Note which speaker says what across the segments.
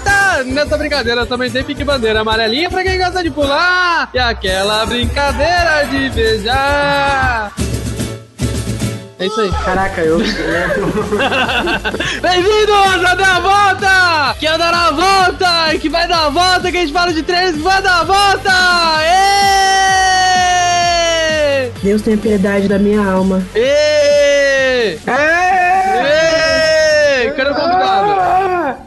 Speaker 1: Tá, essa brincadeira também tem pique bandeira amarelinha pra quem gosta de pular. E aquela brincadeira de beijar. É isso aí.
Speaker 2: Caraca, eu.
Speaker 1: Bem-vindos é a Dar a Volta! Que é o Dar a Volta! Que vai dar a volta, que a gente fala de três, vai dar a volta! Ê!
Speaker 3: Deus tenha piedade da minha alma.
Speaker 1: Ê!
Speaker 2: É!
Speaker 1: Ê! Cadê o
Speaker 2: Ah!
Speaker 1: convidado?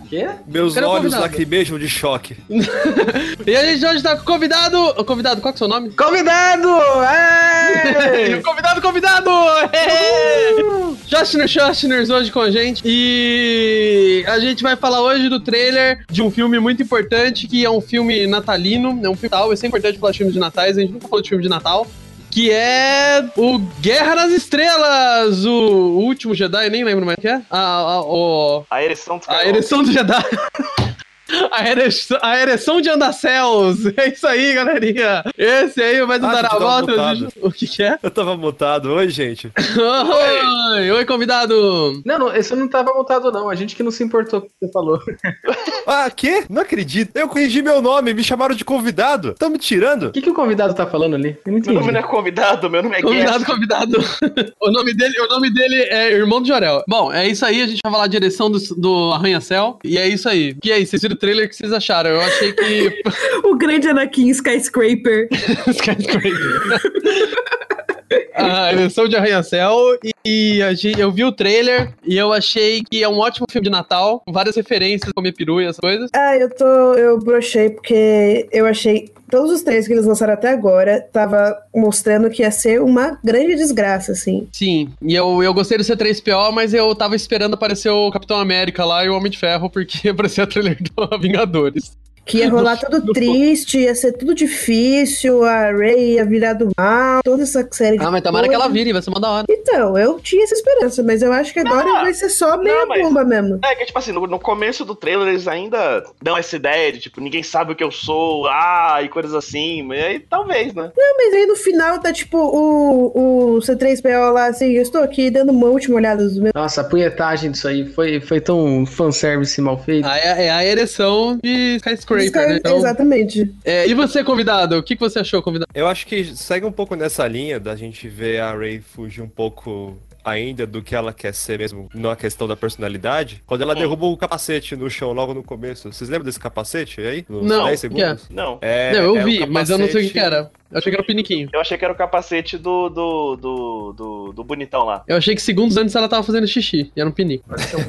Speaker 2: Quê?
Speaker 4: Meus
Speaker 1: Cadê o
Speaker 4: olhos
Speaker 1: convidado?
Speaker 4: lacrimejam de choque.
Speaker 1: E a gente hoje tá com o convidado. Ô, Convidado, qual que é o seu nome?
Speaker 2: Convidado! É!
Speaker 1: E o convidado, convidado! Justiner Justiners hoje com a gente. E a gente vai falar hoje do trailer de um filme muito importante, que é um filme natalino, é um filme tal, isso é importante falar de filme de natais, a gente nunca falou de filme de Natal. Que é o Guerra nas Estrelas, o último Jedi, nem lembro mais o que é. A, a, o-
Speaker 5: A ereção do
Speaker 1: a ereção do Jedi. A ereção, a ereção de Andacels. É isso aí, galerinha. Esse aí vai
Speaker 4: Ah,
Speaker 1: dar
Speaker 4: gente,
Speaker 1: a
Speaker 4: tava
Speaker 1: volta.
Speaker 4: mutado.
Speaker 1: O que que é?
Speaker 4: Eu tava mutado. Oi, gente.
Speaker 1: Oi, oi, convidado!
Speaker 2: Não, não, esse não tava montado, não. A gente que não se importou com o que você falou. O
Speaker 4: Ah, quê? Não acredito. Eu corrigi meu nome, me chamaram de convidado. Tão me tirando?
Speaker 2: que, que o convidado tá falando ali? Eu não
Speaker 5: Meu nome
Speaker 2: entendi.
Speaker 5: não é convidado, meu nome é
Speaker 1: Convidado, convidado. O nome dele, o nome dele é Irmão do Jorel. Bom, é isso aí, a gente vai falar a direção do, do Arranha-Céu. E é isso aí. E aí, vocês viram o trailer o que vocês acharam? Eu achei que.
Speaker 3: O grande Anakin Skyscraper.
Speaker 1: a ereção de Arranha-Céu. E, e a gente- eu vi o trailer e eu achei que é um ótimo filme de Natal, com várias referências, comer peru e essas coisas.
Speaker 3: Ah, eu tô. Eu brochei porque eu achei. Todos os três que eles lançaram até agora tava mostrando que ia ser uma grande desgraça, assim.
Speaker 1: Sim, e eu, eu gostei do C3PO, mas eu tava esperando aparecer o Capitão América lá e o Homem de Ferro, porque apareceu o trailer do Vingadores.
Speaker 3: Que ia rolar tudo triste, ia ser tudo difícil, a Ray ia virar do mal, toda essa série de.
Speaker 1: Ah, mas tomara que
Speaker 3: coisas.
Speaker 1: ela vire, vai ser uma da hora.
Speaker 3: Então, eu tinha essa esperança, mas eu acho que agora
Speaker 5: Não.
Speaker 3: vai ser só meia
Speaker 5: mas-
Speaker 3: bomba mesmo.
Speaker 5: É que, tipo assim, no, no começo do trailer eles ainda dão essa ideia de, tipo, ninguém sabe o que eu sou, ah, e coisas assim, mas aí talvez, né?
Speaker 3: Mas aí no final tá tipo o, o C3PO lá assim, eu estou aqui dando uma última olhada dos meus.
Speaker 2: Nossa, a punhetagem disso aí foi, foi tão fanservice mal feito.
Speaker 1: Ah, é, é a ereção de Skyscraper,
Speaker 3: Sky-
Speaker 1: né? Então,
Speaker 3: Exatamente.
Speaker 1: é, e você, convidado, o que, que você achou, convidado?
Speaker 4: Eu acho que segue um pouco nessa linha da gente ver a Ray fugir um pouco ainda do que ela quer ser mesmo na questão da personalidade. Quando ela
Speaker 5: Hum.
Speaker 4: derruba o capacete no chão logo no começo. Vocês lembram desse capacete aí? Nos
Speaker 1: Não,
Speaker 4: 10
Speaker 1: o que é?
Speaker 4: segundos?
Speaker 5: Não.
Speaker 4: É,
Speaker 1: não, eu
Speaker 4: é um
Speaker 1: vi, mas eu não sei o que, que
Speaker 4: capacete-
Speaker 1: era. Eu achei que era o piniquinho.
Speaker 5: Eu achei que era o capacete do. do. do. do, do bonitão lá.
Speaker 1: Eu achei que segundos antes ela tava fazendo xixi, e era um pinico.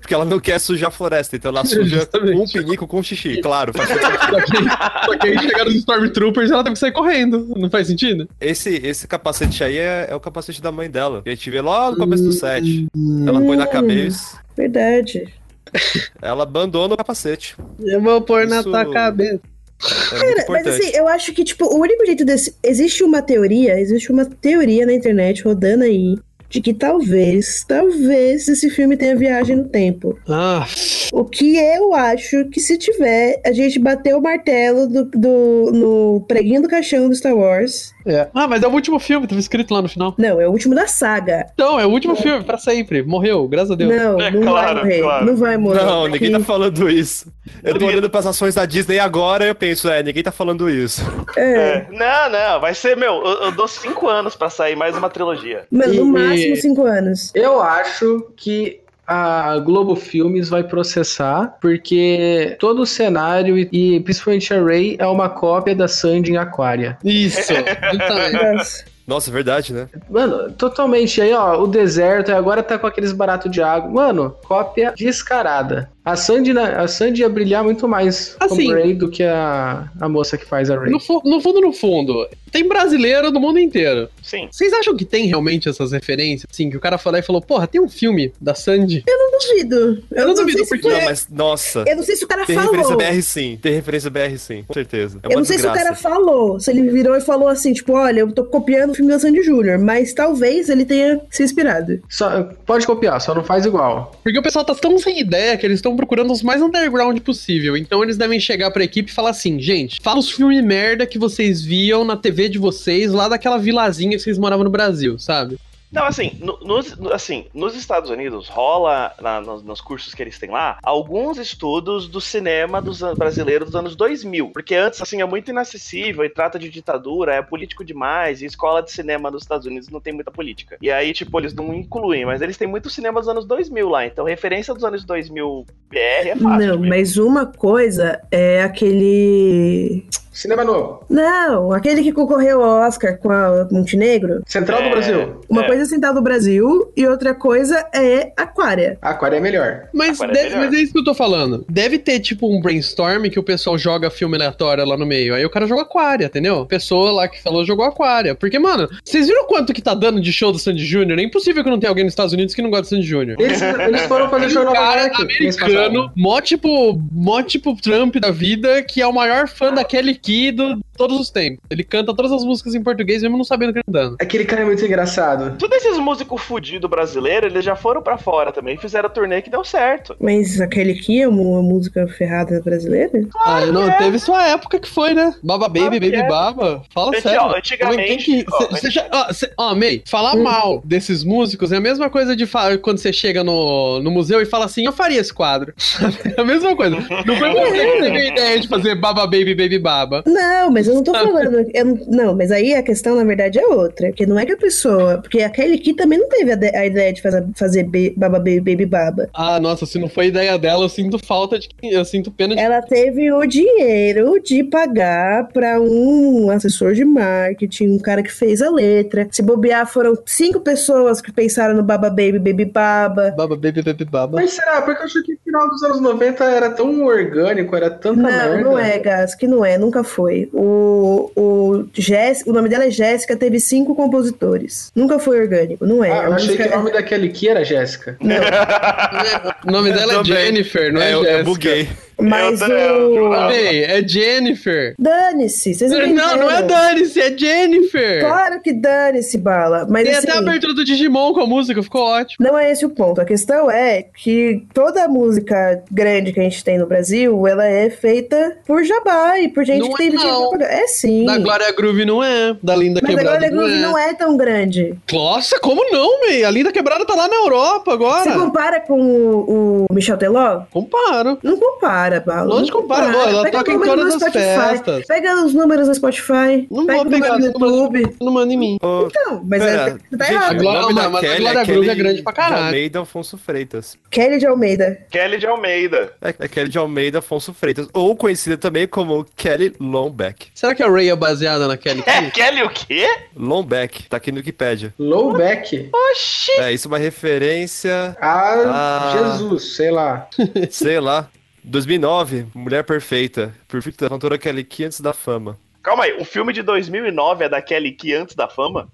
Speaker 4: Porque ela não quer sujar a floresta, então ela suja
Speaker 1: Justamente.
Speaker 4: um pinico com xixi, claro. faz sentido.
Speaker 1: Só que, só que aí chegaram os Stormtroopers e ela teve que sair correndo. Não faz sentido?
Speaker 4: Esse, esse capacete aí é, é o capacete da mãe dela. que a gente vê lá no começo do set. Ela põe na
Speaker 3: Hum.
Speaker 4: cabeça,
Speaker 3: Verdade.
Speaker 4: ela abandona o capacete.
Speaker 1: Eu vou pôr
Speaker 4: na Isso- tua cabeça. É muito
Speaker 3: Mas
Speaker 4: importante.
Speaker 3: assim, eu acho que, tipo, o único jeito desse. Existe uma teoria, existe uma teoria na internet rodando aí. De que talvez, talvez esse filme tenha viagem no tempo.
Speaker 1: Ah,
Speaker 3: O que eu acho que se tiver, a gente bateu o martelo do, do- no preguinho do caixão do Star Wars.
Speaker 1: é. ah, mas é o último filme, tava escrito lá no final.
Speaker 3: Não, é o último da saga.
Speaker 1: Então, é Né? o último filme, pra sempre. Morreu, graças a Deus.
Speaker 3: Não,
Speaker 5: É,
Speaker 3: não vai
Speaker 5: claro,
Speaker 3: morrer.
Speaker 5: claro.
Speaker 3: Não vai morrer.
Speaker 4: Não, ninguém tá
Speaker 3: Aqui-
Speaker 4: falando isso. Eu tô
Speaker 5: Ninguém-
Speaker 4: olhando pras ações da Disney agora e eu penso, é, ninguém tá falando isso.
Speaker 3: é.
Speaker 5: É. Não, não, vai ser, meu, eu, eu dou cinco anos pra sair mais uma trilogia.
Speaker 3: Mano,
Speaker 1: E-
Speaker 3: no máximo
Speaker 1: e-
Speaker 3: cinco anos.
Speaker 2: Eu acho que a Globo Filmes vai processar, porque todo o cenário e, e principalmente a Ray é uma cópia da Sandy em Aquaria.
Speaker 1: Isso, exatamente.
Speaker 3: Nossa.
Speaker 4: Nossa, é verdade, né?
Speaker 2: Mano, totalmente aí, ó, o deserto e agora tá com aqueles baratos de água. Mano, cópia descarada. A Sandy, na- a Sandy ia brilhar muito mais
Speaker 1: Assim.
Speaker 2: como Ray do que a, a moça que faz a Ray.
Speaker 1: No, fu- no fundo, no fundo, tem brasileiro do mundo inteiro.
Speaker 5: Sim.
Speaker 1: Vocês acham que tem realmente essas referências? Assim, que o cara falou e falou, porra, tem um filme da Sandy.
Speaker 3: Eu não duvido. Eu, não
Speaker 1: duvido,
Speaker 3: duvido, sei se
Speaker 1: porque-
Speaker 3: foi-
Speaker 4: Não, mas, nossa.
Speaker 3: Eu não sei se o cara
Speaker 4: Tem
Speaker 3: falou.
Speaker 4: referência BR sim, tem referência BR sim, com certeza. É uma
Speaker 3: Eu não sei se o cara
Speaker 4: desgraça.
Speaker 3: falou, se ele virou e falou assim, tipo, olha, eu tô copiando o filme da Sandy Júnior, mas talvez ele tenha se inspirado.
Speaker 2: Só- pode copiar, só não faz igual.
Speaker 1: Porque o pessoal tá tão sem ideia que eles estão procurando os mais underground possível. Então eles devem chegar pra equipe e falar assim, gente, fala os filmes merda que vocês viam na TV de vocês, lá daquela vilazinha que vocês moravam no Brasil, sabe?
Speaker 5: Não, assim, no- nos, no- assim, nos Estados Unidos rola na- nos, nos cursos que eles têm lá alguns estudos do cinema dos an- brasileiro dos anos 2000, porque antes assim é muito inacessível e trata de ditadura, é político demais, e escola de cinema nos Estados Unidos não tem muita política. E aí tipo eles não incluem, mas eles têm muito cinema dos anos 2000 lá, então referência dos anos 2000 BR é fácil.
Speaker 3: Não,
Speaker 5: de ver.
Speaker 3: mas uma coisa é aquele.
Speaker 2: Cinema Novo.
Speaker 3: Não, aquele que concorreu ao Oscar com a Montenegro.
Speaker 2: Central do
Speaker 5: É.
Speaker 2: Brasil.
Speaker 3: Uma
Speaker 5: É.
Speaker 3: coisa é Central do Brasil e outra coisa é Aquária.
Speaker 2: Aquário é melhor.
Speaker 1: Mas,
Speaker 5: Agora é
Speaker 1: deve-
Speaker 5: melhor.
Speaker 1: mas é isso que eu tô falando. Deve ter, tipo, um brainstorm que o pessoal joga filme aleatório lá no meio. Aí o cara jogou Aquária, entendeu? A pessoa lá que falou jogou Aquária. Porque, mano, vocês viram quanto que tá dando de show do Sandy Júnior? É impossível que não tenha alguém nos Estados Unidos que não gosta do Sandy Júnior.
Speaker 2: Eles, eles foram fazer show
Speaker 1: Um
Speaker 2: no
Speaker 1: cara
Speaker 2: Nova York mês
Speaker 1: americano,
Speaker 2: passado.
Speaker 1: mó tipo, mó tipo Trump da vida, que é o maior fã da Kelly Key de todos os tempos. Ele canta todas as músicas em português, mesmo não sabendo o que ele tá dando.
Speaker 2: Aquele cara é muito engraçado.
Speaker 5: Todos esses músicos fudidos brasileiros, eles já foram pra fora também, fizeram turnê que deu certo.
Speaker 3: Mas aquele que é uma música ferrada brasileira?
Speaker 1: Ah, eu não,
Speaker 5: que é.
Speaker 1: teve sua época que foi, né? Baba
Speaker 5: Claro
Speaker 1: Baby,
Speaker 5: que
Speaker 1: Baby
Speaker 5: é.
Speaker 1: Baba. Fala
Speaker 5: Gente,
Speaker 1: sério.
Speaker 5: ó, antigamente-
Speaker 1: Alguém que-
Speaker 5: ó, Hum.
Speaker 1: cê- cê já- ó, cê- Ó, May, falar mal desses músicos é a mesma coisa de fa- quando você chega no, no museu e fala assim: eu faria esse quadro. é a mesma coisa. Não foi você que teve a ideia de fazer Baba Baby, Baby Baba.
Speaker 3: Não, mas eu não tô falando. eu não, não, mas aí a questão, na verdade, é outra. Que não é que a pessoa. Porque aquele que também não teve a, de- a ideia de fazer, fazer be- baba baby, baby baba.
Speaker 1: Ah, nossa, se não foi ideia dela, eu sinto falta de. Eu sinto pena de.
Speaker 3: Ela teve o dinheiro de pagar pra um assessor de marketing, um cara que fez a letra. Se bobear, foram cinco pessoas que pensaram no baba baby, baby baba.
Speaker 1: Baba Baby, Baby Baba.
Speaker 2: Mas será? Porque eu achei que o final dos anos 90 era tão orgânico, era tanta
Speaker 3: Não,
Speaker 2: merda.
Speaker 3: não é, Gas, que não é, nunca foi. O, o, Jéss- o nome dela é Jéssica, teve cinco compositores. Nunca foi orgânico, não é.
Speaker 2: Ah, eu
Speaker 3: A
Speaker 2: achei que
Speaker 3: música
Speaker 2: o nome daquele que era Jéssica.
Speaker 1: O nome dela é
Speaker 4: Eu também.
Speaker 1: Jennifer, não é,
Speaker 4: É, eu,
Speaker 1: Jéssica.
Speaker 4: eu buguei.
Speaker 3: Mas
Speaker 5: Eu- eu
Speaker 3: o.
Speaker 5: jurava.
Speaker 1: May, é Jennifer.
Speaker 3: Dane-se, vocês
Speaker 1: Não, não é
Speaker 3: entenderam.
Speaker 1: Dani, é Jennifer.
Speaker 3: Claro que dane-se, bala. Mas
Speaker 1: Tem
Speaker 3: assim,
Speaker 1: até a abertura do Digimon com a música, ficou ótimo.
Speaker 3: não é esse o ponto. A questão é que toda a música grande que a gente tem no Brasil, ela é feita por jabá e por gente
Speaker 1: Não
Speaker 3: que
Speaker 1: é,
Speaker 3: tem dinheiro
Speaker 1: não.
Speaker 3: pra pagar. É sim.
Speaker 1: Da Glória Groove não é, da Linda
Speaker 3: Mas a
Speaker 1: Quebrada
Speaker 3: Glória
Speaker 1: não
Speaker 3: Groove
Speaker 1: é.
Speaker 3: não é tão grande.
Speaker 1: Nossa, como não, mei? A Linda Quebrada tá lá na Europa
Speaker 3: Você
Speaker 1: agora.
Speaker 3: compara com o, o Michel Teló?
Speaker 1: Comparo.
Speaker 3: Não compara, Bala.
Speaker 1: Lógico que
Speaker 3: não
Speaker 1: compara. Pô, ela
Speaker 3: Pega
Speaker 1: toca em
Speaker 3: número
Speaker 1: todas
Speaker 3: no
Speaker 1: as
Speaker 3: Spotify,
Speaker 1: festas.
Speaker 3: Pega os números no Spotify.
Speaker 1: Não
Speaker 3: pega
Speaker 1: vou
Speaker 3: o
Speaker 1: pegar
Speaker 3: número no
Speaker 1: os números.
Speaker 3: YouTube.
Speaker 1: Não manda em mim.
Speaker 4: Ô,
Speaker 3: Então, mas
Speaker 4: pera,
Speaker 3: é, você
Speaker 4: gente,
Speaker 3: tá
Speaker 1: A
Speaker 3: errado.
Speaker 1: Glória-
Speaker 4: o nome
Speaker 1: não,
Speaker 4: da
Speaker 1: mas a
Speaker 4: Kelly
Speaker 1: Glória Groove é
Speaker 4: Kelly
Speaker 1: grande pra caralho.
Speaker 4: De Almeida Afonso Freitas.
Speaker 3: Kelly de Almeida.
Speaker 5: Kelly de Almeida.
Speaker 4: É, é Kelly de Almeida Afonso Freitas. Ou conhecida também como Kelly Lombeck.
Speaker 1: Será que a Ray é baseada naquele
Speaker 5: É
Speaker 1: Kelly?
Speaker 5: Kelly o quê?
Speaker 4: Lombeck, tá aqui no Wikipedia.
Speaker 2: Lowback.
Speaker 5: Oxi!
Speaker 4: É, isso é uma referência,
Speaker 2: Ah,
Speaker 4: Ah.
Speaker 2: Jesus, sei lá.
Speaker 4: sei lá. 2009, Mulher Perfeita, perfeita da cantora Kelly Key antes da fama.
Speaker 5: Calma aí, um filme de 2009 é da Kelly Key antes da fama?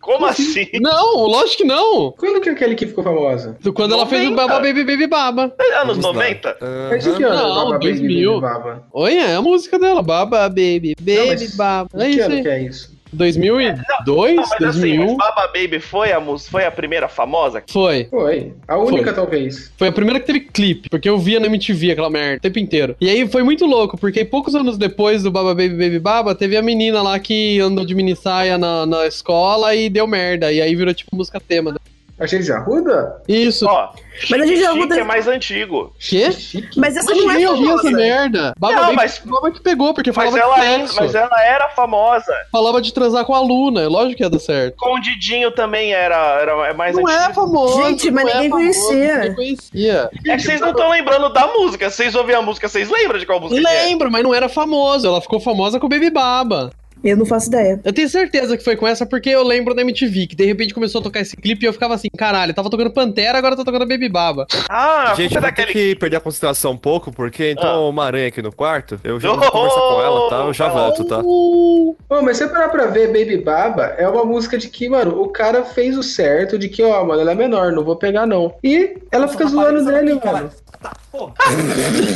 Speaker 5: Como assim?
Speaker 1: Não, lógico que não.
Speaker 2: Quando que é aquele que ficou famosa?
Speaker 1: Quando ela fez o
Speaker 5: 90.
Speaker 1: Baba Baby Baby Baba.
Speaker 5: Anos
Speaker 4: Vamos lá.
Speaker 5: 90?
Speaker 4: Aham.
Speaker 2: Mas em É que ano?
Speaker 1: Não,
Speaker 2: Baba Baby
Speaker 1: 2000.
Speaker 2: Baby Baba?
Speaker 1: Olha, é a música dela. Baba Baby
Speaker 2: Não,
Speaker 1: Baby
Speaker 2: mas
Speaker 1: Baba. É
Speaker 2: em que
Speaker 1: isso
Speaker 2: ano que
Speaker 1: aí.
Speaker 2: é isso?
Speaker 1: 2002,
Speaker 5: Não, mas assim,
Speaker 1: 2001.
Speaker 5: mas Baba Baby foi a, mus- foi a primeira famosa?
Speaker 1: Foi.
Speaker 2: Foi. A única, talvez.
Speaker 1: Foi a primeira que teve clipe, porque eu via na MTV aquela merda o tempo inteiro. E aí foi muito louco, porque poucos anos depois do Baba Baby Baby Baba, teve a menina lá que andou de mini saia na, na escola e deu merda. E aí virou tipo música tema. né?
Speaker 2: A Geise Arruda?
Speaker 1: Isso.
Speaker 5: Ó,
Speaker 3: Mas a gente já
Speaker 5: Chique
Speaker 3: muda-
Speaker 5: é mais antigo.
Speaker 1: Quê?
Speaker 2: Chique.
Speaker 3: Mas essa
Speaker 1: Mas
Speaker 3: não é
Speaker 1: nem ouvi essa
Speaker 3: famosa.
Speaker 1: merda. Baba
Speaker 5: Não,
Speaker 1: Baby
Speaker 5: mas-
Speaker 1: Baba que pegou, porque
Speaker 5: Mas
Speaker 1: falava
Speaker 5: ela,
Speaker 1: de
Speaker 5: é-
Speaker 1: sexo.
Speaker 5: mas ela era famosa.
Speaker 1: Falava de transar com a Luna. é Lógico que ia dar certo.
Speaker 5: Com o Didinho também era, era é mais
Speaker 1: Não
Speaker 5: antigo.
Speaker 1: é famoso.
Speaker 3: Gente, mas
Speaker 1: não é
Speaker 3: ninguém
Speaker 1: famoso,
Speaker 3: conhecia.
Speaker 1: Ninguém conhecia.
Speaker 5: É que vocês não estão lembrando da música. Vocês ouviram a música, vocês lembram de qual música que é?
Speaker 1: Lembro, mas não era famoso. Ela ficou famosa com o Baby Baba.
Speaker 3: Eu não faço ideia.
Speaker 1: Eu tenho certeza que foi com essa porque eu lembro da MTV, que de repente começou a tocar esse clipe e eu ficava assim, caralho, tava tocando Pantera, agora tá tocando Baby Baba.
Speaker 5: Ah,
Speaker 4: Gente,
Speaker 5: foi
Speaker 4: eu vou ter
Speaker 5: daquele
Speaker 4: que perder a concentração um pouco, porque então uma aranha aqui no quarto, eu já vou
Speaker 5: Oh!
Speaker 4: conversar com ela, tá? Eu já volto, tá?
Speaker 1: Uh,
Speaker 2: Pô, mas se você parar pra ver, Baby Baba é uma música de que, mano, o cara fez o certo de que, ó, mano, ela é menor, não vou pegar não. E ela fica zoando dele, mano.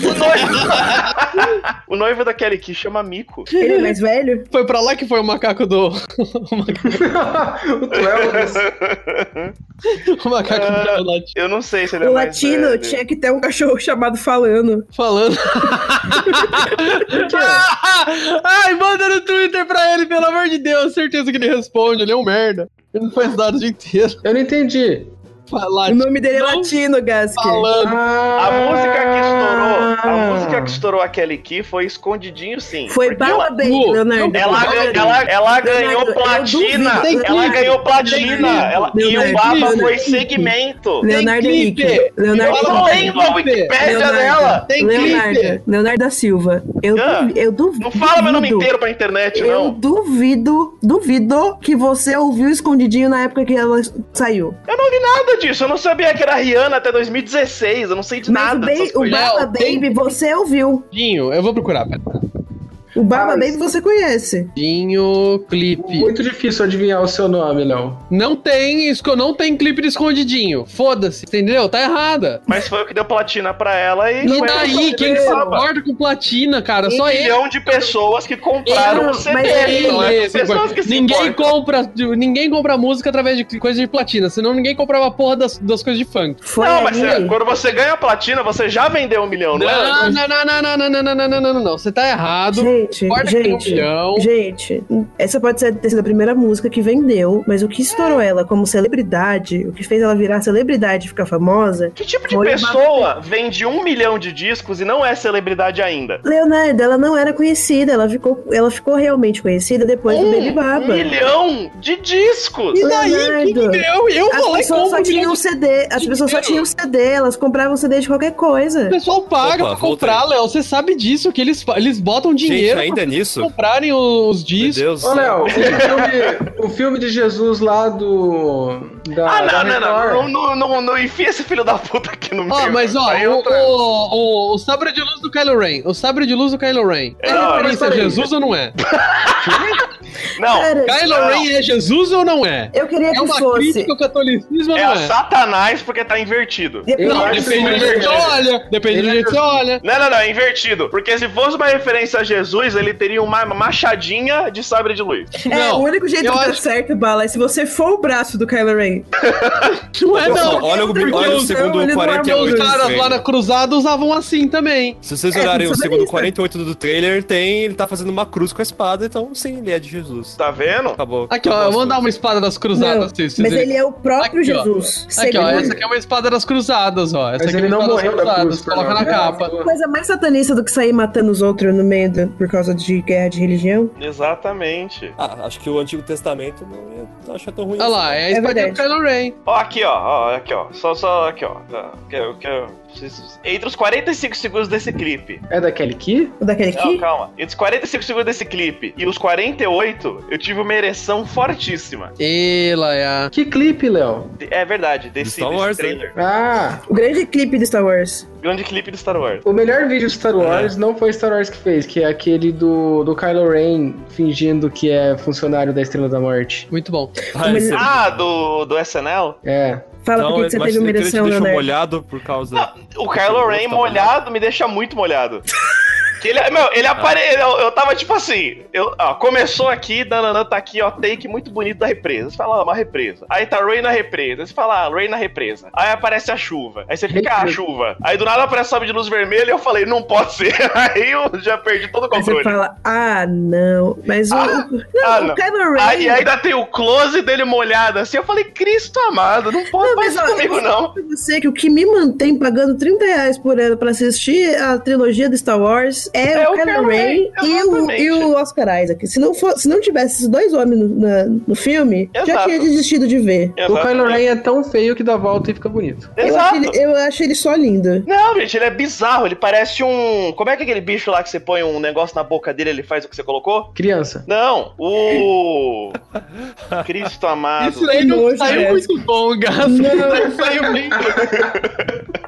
Speaker 5: O noivo, o noivo da Kelly Key chama Mico.
Speaker 3: Ele é mais velho?
Speaker 1: Foi pra lá que foi o macaco do. o macaco,
Speaker 2: o Twelves.
Speaker 1: o macaco
Speaker 5: Ah.
Speaker 1: do Latino
Speaker 5: Eu não sei se ele é
Speaker 3: o
Speaker 5: mais
Speaker 3: latino
Speaker 5: velho.
Speaker 3: tinha que ter um cachorro chamado falando.
Speaker 1: falando. Ai, manda no Twitter pra ele, pelo amor de Deus, certeza que ele responde, ele é um merda. Ele não faz nada o dia inteiro.
Speaker 2: Eu não entendi.
Speaker 1: Falar
Speaker 3: O nome dele é
Speaker 1: Não.
Speaker 3: latino, Gasker.
Speaker 1: falando.
Speaker 5: A
Speaker 2: Ah.
Speaker 5: música que estourou, a música que estourou a Kelly Key foi escondidinho, sim.
Speaker 3: Ah. Foi
Speaker 5: Porque ela-
Speaker 3: Baba Baby,
Speaker 1: Pô,
Speaker 3: Leonardo.
Speaker 5: Ela,
Speaker 3: Baba
Speaker 5: ganha-
Speaker 3: Baby.
Speaker 5: ela, ela
Speaker 3: Leonardo,
Speaker 5: ganhou
Speaker 3: eu
Speaker 5: platina.
Speaker 3: duvido.
Speaker 5: Ela
Speaker 1: Tem
Speaker 5: ganhou platina.
Speaker 1: Tem
Speaker 5: Ela- e
Speaker 3: Leonardo,
Speaker 5: o Baba
Speaker 3: Leonardo.
Speaker 5: foi segmento.
Speaker 3: Leonardo
Speaker 1: Tem clipe.
Speaker 3: Henrique. Leonardo
Speaker 5: Eu não
Speaker 1: Leonardo.
Speaker 3: Henrique.
Speaker 5: lembro a Wikipédia
Speaker 3: Leonardo.
Speaker 5: dela.
Speaker 1: Tem clipe.
Speaker 3: Leonardo. Leonardo da Silva. Eu,
Speaker 5: Ah,
Speaker 3: duvi- eu duvido.
Speaker 5: Não fala meu nome inteiro pra internet,
Speaker 3: Eu
Speaker 5: não.
Speaker 3: duvido, duvido que você ouviu escondidinho na época que ela saiu.
Speaker 5: Eu não li nada disso. Eu não sabia que era a Rihanna até 2016. Eu não sei de
Speaker 3: Mas
Speaker 5: nada. dessas
Speaker 3: o, ba o
Speaker 5: coisas.
Speaker 3: Baba
Speaker 1: Não, tem-
Speaker 3: Baby você ouviu.
Speaker 1: Dinho, eu vou procurar. pera.
Speaker 3: O Baba
Speaker 2: Ah, mas-
Speaker 3: Baby você conhece.
Speaker 1: Dinho, clipe.
Speaker 2: Ah. Muito difícil adivinhar o seu nome, Léo.
Speaker 1: Não tem, esco- não tem clipe de escondidinho. Foda-se, entendeu? Tá errada.
Speaker 5: Mas foi o que deu platina pra ela e.
Speaker 1: E
Speaker 5: foi ela
Speaker 1: daí,
Speaker 5: que
Speaker 1: quem que se
Speaker 5: ganhou.
Speaker 1: importa com platina, cara? Só
Speaker 5: um
Speaker 1: ele.
Speaker 5: milhão de pessoas que compraram
Speaker 3: Eu-
Speaker 5: o CD.
Speaker 3: mas ele-
Speaker 5: não é?
Speaker 1: Ele,
Speaker 5: pessoas que se
Speaker 1: ninguém
Speaker 5: importam.
Speaker 1: compra, ninguém compra música através de coisa de platina, senão ninguém comprava a porra das, das coisas de funk.
Speaker 3: Foi
Speaker 5: não, mas é,
Speaker 3: ali.
Speaker 5: quando você ganha platina, você já vendeu um milhão, não é?
Speaker 1: Não, não, não, não, não, não, não, não, não, não, não, não. Você tá errado.
Speaker 3: Gente,
Speaker 1: Importa que tem um
Speaker 3: gente,
Speaker 1: milhão.
Speaker 3: gente, essa pode ser, ter sido a primeira música que vendeu, mas o que estourou ela como celebridade, o que fez ela virar celebridade e ficar famosa,
Speaker 5: Que tipo de
Speaker 3: Foi uma-
Speaker 5: pessoa vende um milhão de discos e não é celebridade ainda?
Speaker 3: Leonardo, ela não era conhecida, ela ficou, ela ficou realmente conhecida depois do Baby Baba.
Speaker 5: Um milhão de discos!
Speaker 1: E daí, que
Speaker 3: Leonardo.
Speaker 1: deu? Eu
Speaker 3: As
Speaker 1: vou lá e
Speaker 3: pessoas só
Speaker 1: compro.
Speaker 3: tinham CD, as pessoas só
Speaker 1: dinheiro.
Speaker 3: tinham CD, elas compravam CD de qualquer
Speaker 1: O
Speaker 3: coisa.
Speaker 1: pessoal paga pra
Speaker 4: Opa,
Speaker 1: comprar, Léo. Você sabe disso, que eles, fa- eles botam
Speaker 4: Gente, é
Speaker 1: dinheiro
Speaker 4: ainda nisso?
Speaker 1: pra comprarem os
Speaker 4: Meu
Speaker 1: discos.
Speaker 4: Deus.
Speaker 2: Ô, Léo, o filme, o filme de Jesus lá do. Da,
Speaker 5: Ah,
Speaker 2: da
Speaker 5: não, não,
Speaker 2: Record.
Speaker 5: não, não, não, não, não enfia esse filho da puta aqui no meio.
Speaker 1: é Ó, mas ó,
Speaker 5: Aí é eu
Speaker 1: o,
Speaker 5: tô-
Speaker 1: o, o, o sabre de luz do Kylo Ren. O sabre de luz do Kylo Ren. É
Speaker 5: Não,
Speaker 1: referência a
Speaker 2: mas peraí.
Speaker 1: Jesus ou não é?
Speaker 5: Não,
Speaker 3: Cara,
Speaker 1: Kylo
Speaker 5: Não.
Speaker 1: Ren é Jesus ou não é?
Speaker 3: eu queria
Speaker 1: É
Speaker 3: que
Speaker 1: uma
Speaker 3: fosse.
Speaker 1: crítica ao catolicismo ou
Speaker 5: é
Speaker 1: não
Speaker 5: o
Speaker 1: é?
Speaker 5: Satanás porque tá invertido.
Speaker 3: Depende-
Speaker 2: Eu
Speaker 1: Não,
Speaker 2: acho
Speaker 1: depende do
Speaker 2: que
Speaker 1: jeito que você
Speaker 2: ele é
Speaker 1: olha. Depende do
Speaker 2: Ele é
Speaker 1: jeito que você olha.
Speaker 5: Não, não, não, é invertido. Porque se fosse uma referência a Jesus, ele teria uma machadinha de sabre de luz.
Speaker 3: é, o
Speaker 1: Não,
Speaker 3: único jeito
Speaker 1: eu
Speaker 3: que dá
Speaker 1: acho-
Speaker 3: certo, Bala, é se for o braço do Kylo Ren.
Speaker 1: não é
Speaker 4: Pessoal,
Speaker 1: não.
Speaker 4: olha o,
Speaker 3: Porque
Speaker 4: olha o
Speaker 3: o Samuel, ele
Speaker 4: segundo
Speaker 3: não
Speaker 1: Porque os
Speaker 4: 48.
Speaker 1: caras lá
Speaker 4: velho.
Speaker 1: na cruzada usavam assim também.
Speaker 4: Se vocês
Speaker 3: É,
Speaker 4: olharem o
Speaker 3: sabe
Speaker 4: segundo
Speaker 3: isso, né?
Speaker 4: 48 do trailer, tem ele tá fazendo uma cruz com a espada, então sim, ele é de Jesus.
Speaker 5: Tá vendo?
Speaker 4: Acabou.
Speaker 1: Aqui, ó, eu vou dar uma espada das
Speaker 3: Não,
Speaker 1: cruzadas. pra vocês
Speaker 3: Mas
Speaker 1: verem.
Speaker 3: ele é o próprio
Speaker 1: Aqui,
Speaker 3: Jesus.
Speaker 1: Aqui, ó,
Speaker 3: Segundo.
Speaker 1: essa aqui é uma espada das cruzadas, ó. Essa
Speaker 2: Mas
Speaker 1: aqui é
Speaker 2: ele
Speaker 1: uma espada
Speaker 2: não morreu
Speaker 1: das
Speaker 2: da
Speaker 1: cruzadas.
Speaker 2: cruz. né?
Speaker 1: Coloca na
Speaker 2: Fernando.
Speaker 1: capa.
Speaker 3: Coisa mais satanista do que sair matando os outros no meio do- por causa de guerra de religião.
Speaker 5: Exatamente.
Speaker 4: Ah, acho que o Antigo Testamento não ia achar tão ruim. assim.
Speaker 1: Olha lá, é a espada do
Speaker 3: verdade.
Speaker 1: Kylo Ren.
Speaker 5: Ó, aqui, ó, ó, aqui, ó. Só, só, aqui, ó. Tá, que- que- vocês- Entre os 45 segundos desse clipe.
Speaker 2: É da Kelly Key?
Speaker 3: O daquele
Speaker 5: Não,
Speaker 3: aqui?
Speaker 5: calma. Entre os 45 segundos desse clipe e os 48, eu tive uma ereção fortíssima.
Speaker 1: Ê, Laia.
Speaker 2: Que clipe, Léo?
Speaker 5: De- É verdade, desse,
Speaker 4: Star
Speaker 5: desse
Speaker 4: Wars, né?
Speaker 5: trailer.
Speaker 2: Ah,
Speaker 3: O grande clipe de Star Wars.
Speaker 5: Grande clipe do Star Wars.
Speaker 2: o melhor vídeo de
Speaker 5: É.
Speaker 2: Star Wars não foi Star Wars que fez, que é aquele do, do Kylo Ren fingindo que é funcionário da Estrela da Morte.
Speaker 1: Muito bom.
Speaker 4: Ah, esse-
Speaker 5: Ah, do, do SNL?
Speaker 2: É.
Speaker 3: Fala
Speaker 4: então,
Speaker 3: por que que você
Speaker 4: mas
Speaker 3: teve né? uma
Speaker 4: ele te
Speaker 3: ereção,
Speaker 4: deixou
Speaker 3: Leonardo.
Speaker 4: molhado por causa.
Speaker 5: O Kylo Ren molhado me deixa muito molhado. Que ele, é, meu, ele apareceu. Eu, eu tava tipo assim. Eu, ó, começou aqui, Dananã tá aqui, ó, take muito bonito da represa. Você fala, ó, uma represa. Aí tá Ray na represa. Você fala, ah, Ray na represa. Aí aparece a chuva. Aí você fica, ah,
Speaker 2: Represa.
Speaker 5: chuva. Aí do nada aparece sobe de luz vermelha e eu falei, não pode ser. Aí eu já perdi todo o
Speaker 3: Aí você
Speaker 5: controle.
Speaker 3: fala, ah, não. Mas o,
Speaker 5: Ah,
Speaker 3: o- não,
Speaker 5: ah,
Speaker 3: o
Speaker 5: não.
Speaker 3: Kylo Ren. é
Speaker 5: Aí ainda tem o close dele molhado assim. Eu falei, Cristo amado, não pode
Speaker 3: Não,
Speaker 5: mais isso
Speaker 3: mas ó,
Speaker 5: comigo,
Speaker 3: eu
Speaker 5: não.
Speaker 3: falo pra você que o que me mantém pagando 30 reais por ano pra assistir a trilogia do Star Wars é,
Speaker 5: É
Speaker 3: o Kylo Ren e o,
Speaker 5: exatamente.
Speaker 3: e o Oscar Isaac. Se não, for, se não tivesse esses dois homens no, na- no filme, já
Speaker 5: Exato.
Speaker 3: tinha desistido de ver.
Speaker 2: O Kylo Ren é tão feio que dá volta e fica bonito.
Speaker 3: Eu
Speaker 5: Exato.
Speaker 3: acho, ele, eu acho ele só lindo.
Speaker 5: Não, gente, ele é bizarro. Ele parece um. Como é que é aquele bicho lá que você põe um negócio na boca dele e ele faz o que você colocou?
Speaker 2: Criança.
Speaker 5: Não, o. Cristo amado.
Speaker 1: Isso daí não
Speaker 3: nojo,
Speaker 1: saiu
Speaker 3: né?
Speaker 1: muito bom, Gato. Não saiu bem.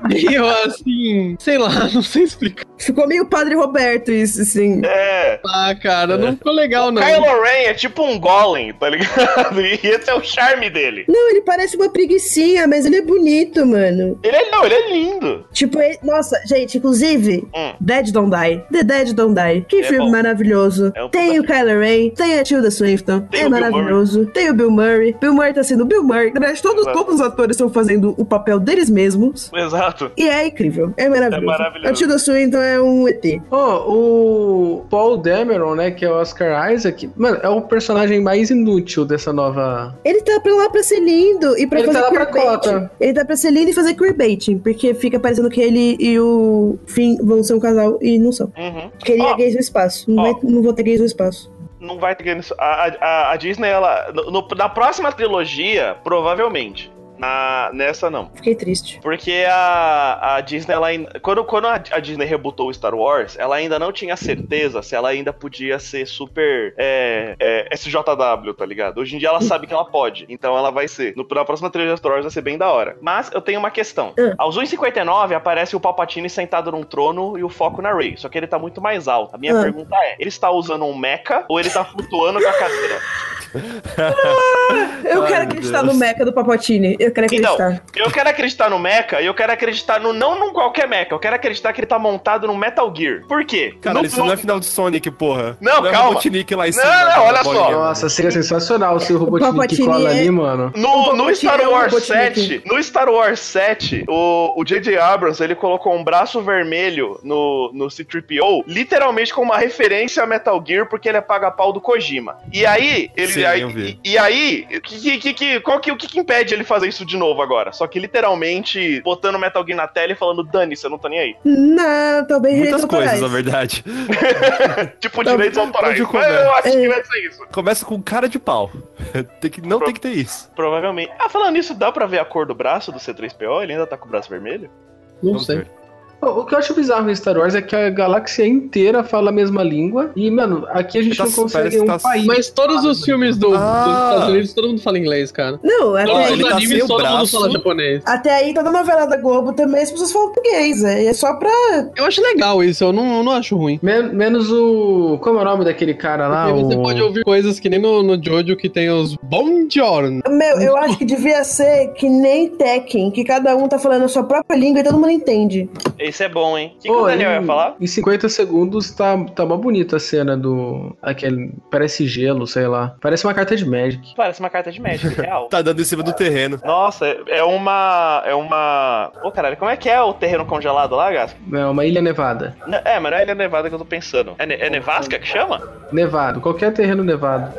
Speaker 1: Meio assim, sei lá, não sei explicar,
Speaker 3: Ficou meio Padre Roberto isso, assim.
Speaker 5: É.
Speaker 1: Ah, cara. Não ficou legal, não.
Speaker 5: Kylo Ren é tipo um golem, tá ligado? E esse é o charme dele.
Speaker 3: Não, ele parece uma preguicinha, mas ele é bonito, mano.
Speaker 5: Ele é, não, ele é lindo.
Speaker 3: Tipo, ele- nossa, gente, inclusive,
Speaker 5: Hum.
Speaker 3: Dead Don't Die. The Dead Don't Die. Que
Speaker 5: É
Speaker 3: filme
Speaker 5: bom.
Speaker 3: maravilhoso.
Speaker 5: É um
Speaker 3: tem o Kylo Ren, tem a Tilda Swinton.
Speaker 5: Tem
Speaker 3: é
Speaker 5: o Bill
Speaker 3: maravilhoso. Tem o Bill Murray. Bill Murray tá sendo Bill Murray. Na verdade, todos,
Speaker 5: Exato.
Speaker 3: todos os atores estão fazendo o papel deles mesmos.
Speaker 5: Exato.
Speaker 3: E é incrível, é maravilhoso.
Speaker 5: É maravilhoso.
Speaker 3: A Tilda Swinton é é um ET.
Speaker 2: Ó, o Paul Dameron, né, que é o Oscar Isaac, mano, é o personagem mais inútil dessa nova.
Speaker 3: Ele tá pra lá pra ser lindo e pra
Speaker 2: Ele tá
Speaker 3: fazer
Speaker 2: lá pra
Speaker 3: queerbaiting.
Speaker 2: cota.
Speaker 3: Ele tá pra ser lindo e fazer queerbaiting, porque fica parecendo que ele e o Finn vão ser um casal e não são.
Speaker 5: Uhum.
Speaker 3: Porque ele
Speaker 5: Ó.
Speaker 3: é gays no espaço. Não,
Speaker 5: Ó.
Speaker 3: vai- não vou ter gays no espaço.
Speaker 5: Não vai ter ganho. A, a, a Disney, ela. no- no- na próxima trilogia, provavelmente. Na, nessa não.
Speaker 3: Fiquei triste.
Speaker 5: Porque a, a Disney, ela ainda, quando, quando a, a Disney rebootou o Star Wars, ela ainda não tinha certeza se ela ainda podia ser super é, é, SJW, tá ligado? Hoje em dia ela sabe que ela pode, então ela vai ser. No, na próxima trilha de Star Wars vai ser bem da hora. Mas eu tenho uma questão.
Speaker 3: Hum.
Speaker 5: Aos 1h59 aparece o Palpatine sentado num trono e o foco na Rey, só que ele tá muito mais alto. A minha
Speaker 3: Hum.
Speaker 5: pergunta é, ele está usando um mecha ou ele tá flutuando com a cadeira?
Speaker 3: Eu
Speaker 4: Ai,
Speaker 3: quero
Speaker 4: meu
Speaker 3: acreditar
Speaker 4: Deus.
Speaker 3: no Mecha do Papatini. Eu quero
Speaker 5: Então,
Speaker 3: acreditar.
Speaker 5: Eu quero acreditar no Mecha e eu quero acreditar no não num qualquer Mecha. Eu quero acreditar que ele tá montado no Metal Gear. Por quê?
Speaker 4: Cara,
Speaker 5: No-
Speaker 4: isso não é final de Sonic, porra.
Speaker 5: Não,
Speaker 4: é
Speaker 5: calma.
Speaker 4: Robotnik lá em
Speaker 5: Não,
Speaker 4: cima.
Speaker 5: não,
Speaker 4: da
Speaker 5: olha
Speaker 4: bolinha,
Speaker 5: só.
Speaker 4: né?
Speaker 2: Nossa, seria sensacional se o Robotnik
Speaker 3: Palpatine
Speaker 2: cola
Speaker 3: é-
Speaker 2: ali, mano.
Speaker 5: No,
Speaker 3: O
Speaker 5: no
Speaker 3: Robotnik
Speaker 5: Star
Speaker 3: é o
Speaker 5: Wars
Speaker 3: Robotnik.
Speaker 5: 7, no Star Wars 7, o o J.J. Abrams, ele colocou um braço vermelho no, no C-3PO, literalmente com uma referência a Metal Gear, porque ele é paga-pau do Kojima. E aí, ele...
Speaker 4: Sim, eu
Speaker 5: aí,
Speaker 4: vi.
Speaker 5: e, e aí, que- que, que, que, qual que, o que, que impede ele fazer isso de novo agora? Só que literalmente botando Metal Gear na tela e falando, Dani, você não tá nem aí.
Speaker 3: Não, tô bem
Speaker 4: Muitas
Speaker 3: direitos
Speaker 4: coisas, na
Speaker 3: autorais.
Speaker 4: verdade.
Speaker 5: Tipo, direitos autorais.
Speaker 4: onde
Speaker 5: Mas eu acho que
Speaker 3: É.
Speaker 5: vai ser isso.
Speaker 4: Começa com cara de pau. Tem que, não tem que ter isso.
Speaker 5: Provavelmente. Ah, falando nisso, dá pra ver a cor do braço do C3PO? Ele ainda tá com o braço vermelho?
Speaker 2: Não
Speaker 4: Vamos
Speaker 2: sei.
Speaker 4: ver.
Speaker 2: O o que eu acho bizarro em Star Wars é que a galáxia inteira fala a mesma língua. E, mano, aqui a gente
Speaker 4: Tá-
Speaker 2: não consegue
Speaker 4: parece que
Speaker 2: um
Speaker 4: tá-
Speaker 2: país.
Speaker 1: Mas todos os filmes do- dos
Speaker 4: Ah.
Speaker 1: Estados Unidos, todo mundo fala inglês, cara.
Speaker 3: Não, até,
Speaker 1: Todos
Speaker 3: aí,
Speaker 1: os
Speaker 4: ele tá sem
Speaker 1: animes,
Speaker 4: o
Speaker 1: todo mundo
Speaker 4: braço.
Speaker 1: fala japonês.
Speaker 3: até aí, toda novela da Globo também as pessoas falam português. É é só pra.
Speaker 1: Eu acho legal isso, eu não, eu não acho ruim.
Speaker 2: Men- menos o. Como é o nome daquele cara lá?
Speaker 1: Porque você
Speaker 2: o-
Speaker 1: pode ouvir coisas que nem no, no Jojo que tem os Bonjour.
Speaker 3: Meu, eu acho que devia ser que nem Tekken, que cada um tá falando a sua própria língua e todo mundo entende.
Speaker 5: Esse é bom, hein? O que, que
Speaker 2: Pô,
Speaker 5: o Daniel
Speaker 2: em-
Speaker 5: ia falar?
Speaker 2: Em 50 segundos tá, tá mó bonita a cena do. Aquele. Parece gelo, sei lá. Parece uma carta de Magic.
Speaker 5: Parece uma carta de Magic, real.
Speaker 4: Tá dando em cima do terreno.
Speaker 5: Nossa, é- é uma. É uma. Ô, caralho, como é que é o terreno congelado lá, Gasco?
Speaker 2: É uma ilha nevada.
Speaker 5: N- É, mas não é Ilha Nevada que eu tô pensando. É, ne é Nevasca que chama?
Speaker 2: Nevado, qualquer terreno nevado.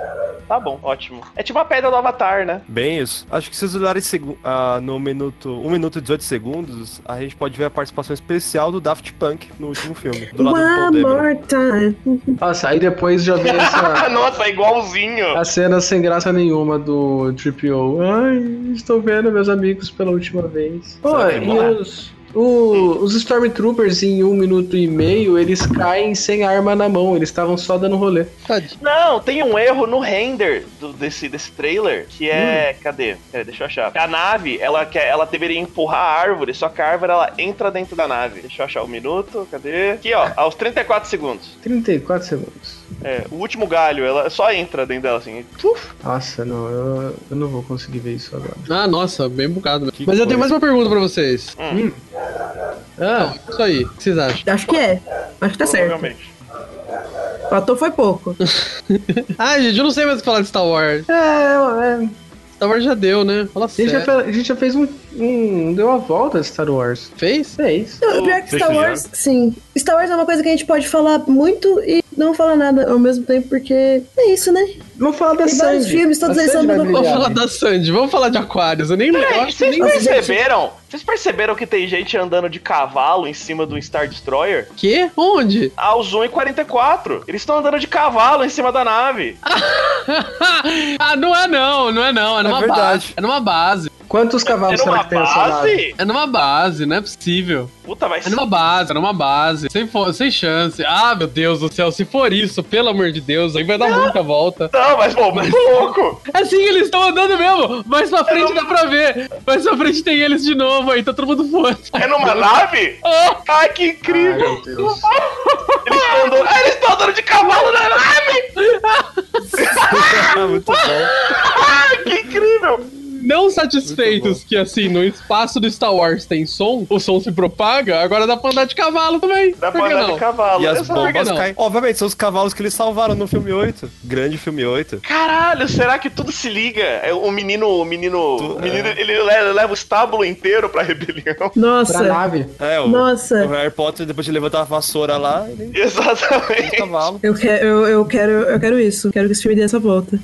Speaker 5: Tá bom, ótimo. É tipo a pedra do Avatar, né?
Speaker 4: Bem isso. Acho que se vocês olharem segu- ah, no minuto 1 minuto e 18 segundos, a gente pode ver a participação especial do Daft Punk no último filme. Do lado do Paul
Speaker 3: One
Speaker 4: Dameron.
Speaker 3: more time.
Speaker 2: Nossa, aí depois já vem essa.
Speaker 5: Nossa, é igualzinho.
Speaker 2: A cena sem graça nenhuma do Triple Ai, estou vendo meus amigos pela última vez. Pô,
Speaker 4: Será que
Speaker 2: e
Speaker 4: morre?
Speaker 2: os, o- os Stormtroopers em um minuto e meio, eles caem sem arma na mão, eles estavam só dando rolê.
Speaker 1: Tadinho.
Speaker 5: Não, tem um erro no render do- desse, desse trailer, que é. Cadê? Pera, deixa eu achar. A nave, ela, quer, ela deveria empurrar a árvore, só que a árvore ela entra dentro da nave. Deixa eu achar o minuto, cadê? Aqui, ó, aos 34 segundos.
Speaker 2: 34 segundos.
Speaker 5: É, o último galho, ela só entra dentro dela assim. Tuf,
Speaker 2: Nossa, não, eu, eu não vou conseguir ver isso agora.
Speaker 1: Ah, nossa, bem bugado. mesmo.
Speaker 4: Que
Speaker 1: Mas eu tenho
Speaker 4: coisa. Hum.
Speaker 1: mais uma pergunta pra vocês. Hum. Então,
Speaker 2: Ah,
Speaker 1: Isso aí, o que vocês acham?
Speaker 3: Acho que é. Acho que tá certo.
Speaker 5: provavelmente.
Speaker 3: Faltou foi pouco.
Speaker 1: Ah, gente, eu não sei mais o que falar de Star Wars.
Speaker 2: é, é,
Speaker 1: Star Wars já deu, né? Fala
Speaker 2: a, gente já,
Speaker 1: sério.
Speaker 2: fe- a gente já fez um, um- deu uma volta Star Wars. É
Speaker 1: Fez?
Speaker 2: Fez.
Speaker 3: Não, pior que
Speaker 4: Vocês
Speaker 3: Star Wars, sim. Star Wars é uma coisa que a gente pode falar muito e não falar nada ao mesmo tempo, porque é isso, né?
Speaker 2: Vamos falar da
Speaker 3: Tem vários
Speaker 2: Sandy.
Speaker 3: filmes, todos
Speaker 2: A
Speaker 3: eles
Speaker 2: Sandy
Speaker 3: são
Speaker 2: vai
Speaker 3: do-
Speaker 1: Vamos
Speaker 2: brilhar,
Speaker 1: falar
Speaker 2: né?
Speaker 1: da Sandy, vamos falar de Aquarius. Eu nem eu acho que
Speaker 5: Vocês
Speaker 1: nem.
Speaker 3: Nossa, gente.
Speaker 5: perceberam? Vocês perceberam que tem gente andando de cavalo em cima do Star Destroyer?
Speaker 1: Quê? Onde?
Speaker 5: Aos 1h44. Eles estão andando de cavalo em cima da nave.
Speaker 1: ah, não é não, não é não. É numa
Speaker 4: verdade.
Speaker 1: base. É numa base.
Speaker 2: Quantos cavalos
Speaker 5: Era
Speaker 2: será
Speaker 5: uma
Speaker 2: que tem essa nave?
Speaker 5: É base?
Speaker 1: É numa base, não é possível.
Speaker 5: Puta, vai
Speaker 1: É numa base, é numa base. Sem, fo- sem chance. Ah, meu Deus do céu, se for isso, pelo amor de Deus, aí vai dar muita volta.
Speaker 5: Não, mas, pô, mas louco!
Speaker 1: É assim que eles estão andando mesmo. Mais pra frente dá pra ver. Mais pra frente tem eles de novo aí, tá todo mundo fora.
Speaker 5: É numa nave?
Speaker 1: Ah,
Speaker 5: Ai, que incrível!
Speaker 2: Ai, meu Deus.
Speaker 5: Eles estão andando, Ah, eles estão andando de cavalo né? na nave!
Speaker 4: Ah, Muito bom.
Speaker 5: Ah, que incrível!
Speaker 1: não satisfeitos que, assim, no espaço do Star Wars tem som, o som se propaga, agora dá pra andar de cavalo também.
Speaker 5: Dá
Speaker 1: Por
Speaker 5: pra
Speaker 1: que
Speaker 5: andar
Speaker 1: não?
Speaker 5: de cavalo.
Speaker 4: E as
Speaker 5: Exato.
Speaker 1: por que
Speaker 4: bombas
Speaker 1: não?
Speaker 4: caem. Obviamente, são os cavalos que eles salvaram no filme 8. Grande filme 8.
Speaker 5: Caralho, será que tudo se liga? É, O menino, o menino,
Speaker 4: Tu-
Speaker 5: o menino ele le- leva o estábulo inteiro pra rebelião.
Speaker 2: Pra
Speaker 3: Nossa,
Speaker 2: nave.
Speaker 4: É, o,
Speaker 3: Nossa.
Speaker 4: o Harry Potter, depois de levantar a vassoura lá, ele
Speaker 5: Exatamente.
Speaker 4: tem cavalo.
Speaker 3: eu, que, eu, eu, quero, eu quero isso. Quero que esse filme dê essa volta.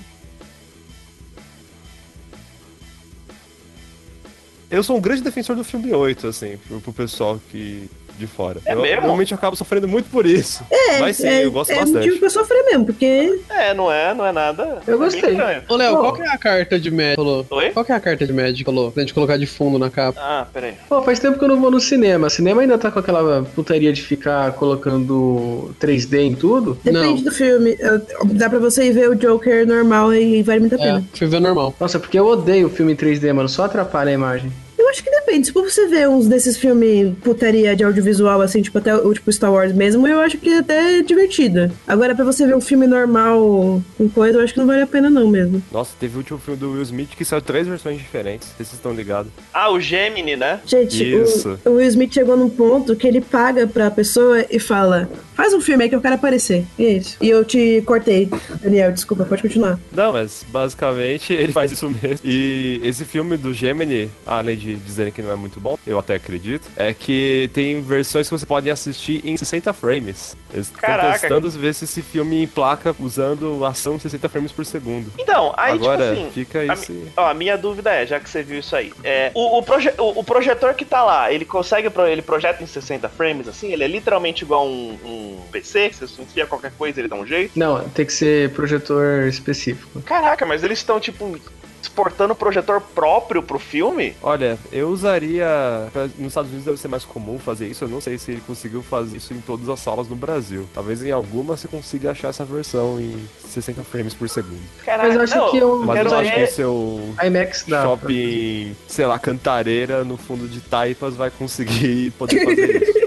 Speaker 4: Eu sou um grande defensor do filme 8, assim, pro, pro pessoal que. De fora.
Speaker 5: É
Speaker 4: eu,
Speaker 5: mesmo?
Speaker 4: Normalmente eu acabo sofrendo muito por isso.
Speaker 3: É,
Speaker 4: Mas sim,
Speaker 3: é,
Speaker 4: eu gosto
Speaker 3: é
Speaker 4: bastante.
Speaker 3: motivo pra sofrer mesmo, porque
Speaker 5: É, não é, não é nada.
Speaker 2: Eu
Speaker 5: É bem
Speaker 2: gostei.
Speaker 5: estranho.
Speaker 1: Ô, Léo,
Speaker 2: Pô.
Speaker 1: qual que é a carta de Magic? Falou.
Speaker 5: Oi?
Speaker 1: Qual que é a carta de Magic? Falou. Pra gente colocar de fundo na capa.
Speaker 5: Ah, peraí.
Speaker 2: Pô, faz tempo que eu não vou no cinema. Cinema ainda tá com aquela putaria de ficar colocando 3D em tudo.
Speaker 3: depende do filme. Eu- Dá pra você ir ver o Joker normal e vale muito a
Speaker 1: É,
Speaker 3: pena.
Speaker 1: fui ver normal.
Speaker 2: Nossa, porque eu odeio filme em 3D, mano. Só atrapalha a imagem.
Speaker 3: Eu acho que depende. Se você vê uns desses filmes putaria de audiovisual, assim, tipo até o tipo Star Wars mesmo, eu acho que até é divertido. Agora, pra você ver um filme normal com coisa, eu acho que não vale a pena, não mesmo.
Speaker 4: Nossa, teve o último filme do Will Smith que saiu três versões diferentes. Não sei se Vocês estão ligados?
Speaker 5: Ah, o Gemini, né?
Speaker 3: Gente,
Speaker 4: Isso.
Speaker 3: o, o Will Smith chegou num ponto que ele paga pra pessoa e fala: faz um filme aí que eu quero aparecer. E é isso. E eu te cortei, Daniel, desculpa, pode continuar.
Speaker 4: Não, mas basicamente ele faz isso mesmo. E esse filme do Gemini, além de dizerem que não é muito bom, eu até acredito, é que tem versões que você pode assistir em 60 frames. Eles estão
Speaker 5: Caraca.
Speaker 4: testando ver se esse filme emplaca usando ação de 60 frames por segundo.
Speaker 5: Então, aí
Speaker 4: Agora
Speaker 5: tipo assim.
Speaker 4: fica
Speaker 5: a
Speaker 4: esse.
Speaker 5: mi- Ó, a minha dúvida é, já que você viu isso aí, é, o, o, proje- o- o projetor que tá lá, ele consegue, pro- ele projeta em 60 frames, assim, ele é literalmente igual um, um PC, que você se enfia qualquer coisa, ele dá um jeito.
Speaker 2: Não, tem que ser projetor específico.
Speaker 5: Caraca, mas eles estão, tipo, exportando o projetor próprio pro filme?
Speaker 4: Olha, eu usaria. pra- Nos Estados Unidos deve ser mais comum fazer isso. Eu não sei se ele conseguiu fazer isso em todas as salas no Brasil. Talvez em alguma você consiga achar essa versão em 60 frames por segundo.
Speaker 5: Caraca,
Speaker 2: Mas eu acho
Speaker 5: não,
Speaker 2: que um eu-
Speaker 4: Mas
Speaker 5: quero
Speaker 4: eu acho que é
Speaker 5: ver-
Speaker 4: o seu
Speaker 2: IMAX dá.
Speaker 4: shopping, sei lá, cantareira no fundo de taipas vai conseguir poder fazer isso.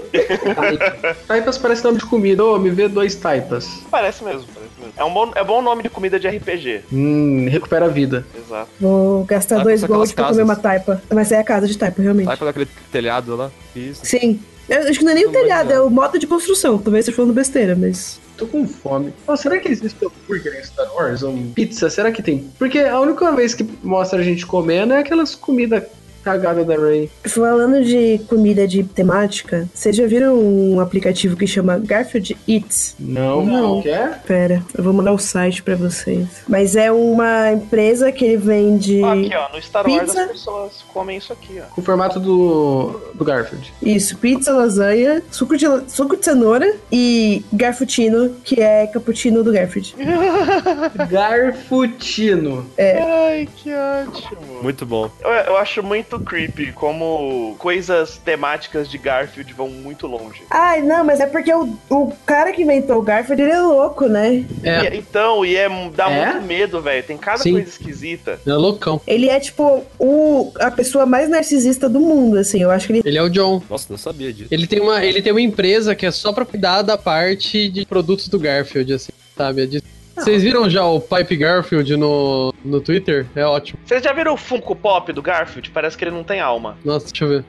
Speaker 2: Taipas parece nome de comida. Ô, me vê dois taipas.
Speaker 5: Parece mesmo, parece mesmo. É um bom, é bom nome de comida de RPG,
Speaker 2: Hum, recupera a vida.
Speaker 5: exato.
Speaker 3: Vou gastar
Speaker 4: Ah,
Speaker 3: dois
Speaker 4: são aquelas
Speaker 3: gold pra comer
Speaker 4: casas.
Speaker 3: uma taipa. Mas é a casa de taipa, realmente.
Speaker 4: Taipa daquele telhado lá. Isso.
Speaker 3: Sim. Eu acho que não é nem o
Speaker 4: Não vai
Speaker 3: telhado,
Speaker 4: dar.
Speaker 3: é o modo de construção. Talvez esteja falando besteira, mas.
Speaker 2: Tô com fome. Ô, será que existe hambúrguer em Star Wars? Ou pizza? Será que tem? Porque a única vez que mostra a gente comendo é aquelas comidas cagadas da Ray.
Speaker 3: Falando de comida de temática, vocês já viram um aplicativo que chama Garfield Eats?
Speaker 2: Não,
Speaker 3: Não.
Speaker 2: quer?
Speaker 3: Pera, eu vou mandar o site pra vocês. Mas é uma empresa que ele vende.
Speaker 5: Ó, Aqui, ó, no Star Wars
Speaker 3: Pizza.
Speaker 5: as pessoas comem isso aqui, ó.
Speaker 2: Com o formato do, do Garfield.
Speaker 3: Isso, pizza, lasanha, suco de, la- suco de cenoura e garfutino, que é cappuccino do Garfield.
Speaker 5: Uhum.
Speaker 2: Garfutino.
Speaker 5: Ai, que ótimo.
Speaker 4: Muito bom.
Speaker 5: Eu, eu acho muito creepy como coisas temáticas de Garfield vão muito longe.
Speaker 3: Ai, não, mas é porque o, o cara que inventou o Garfield, ele é louco, né?
Speaker 1: É.
Speaker 5: E- então, e é dá
Speaker 2: É?
Speaker 5: muito medo, velho. Tem cada
Speaker 1: Sim.
Speaker 5: coisa esquisita.
Speaker 1: É loucão.
Speaker 3: Ele é, tipo, o, a pessoa mais narcisista do mundo, assim. Eu acho que ele
Speaker 1: Ele é o John.
Speaker 4: Nossa, não sabia disso.
Speaker 1: Ele tem uma, ele tem uma empresa que é só pra cuidar da parte de produtos do Garfield, assim, sabe? É disso.
Speaker 5: Ah.
Speaker 1: Vocês viram já o Pipe Garfield no, no Twitter? É ótimo.
Speaker 5: Vocês já viram o Funko Pop do Garfield? Parece que ele não tem alma.
Speaker 1: Nossa, deixa eu ver.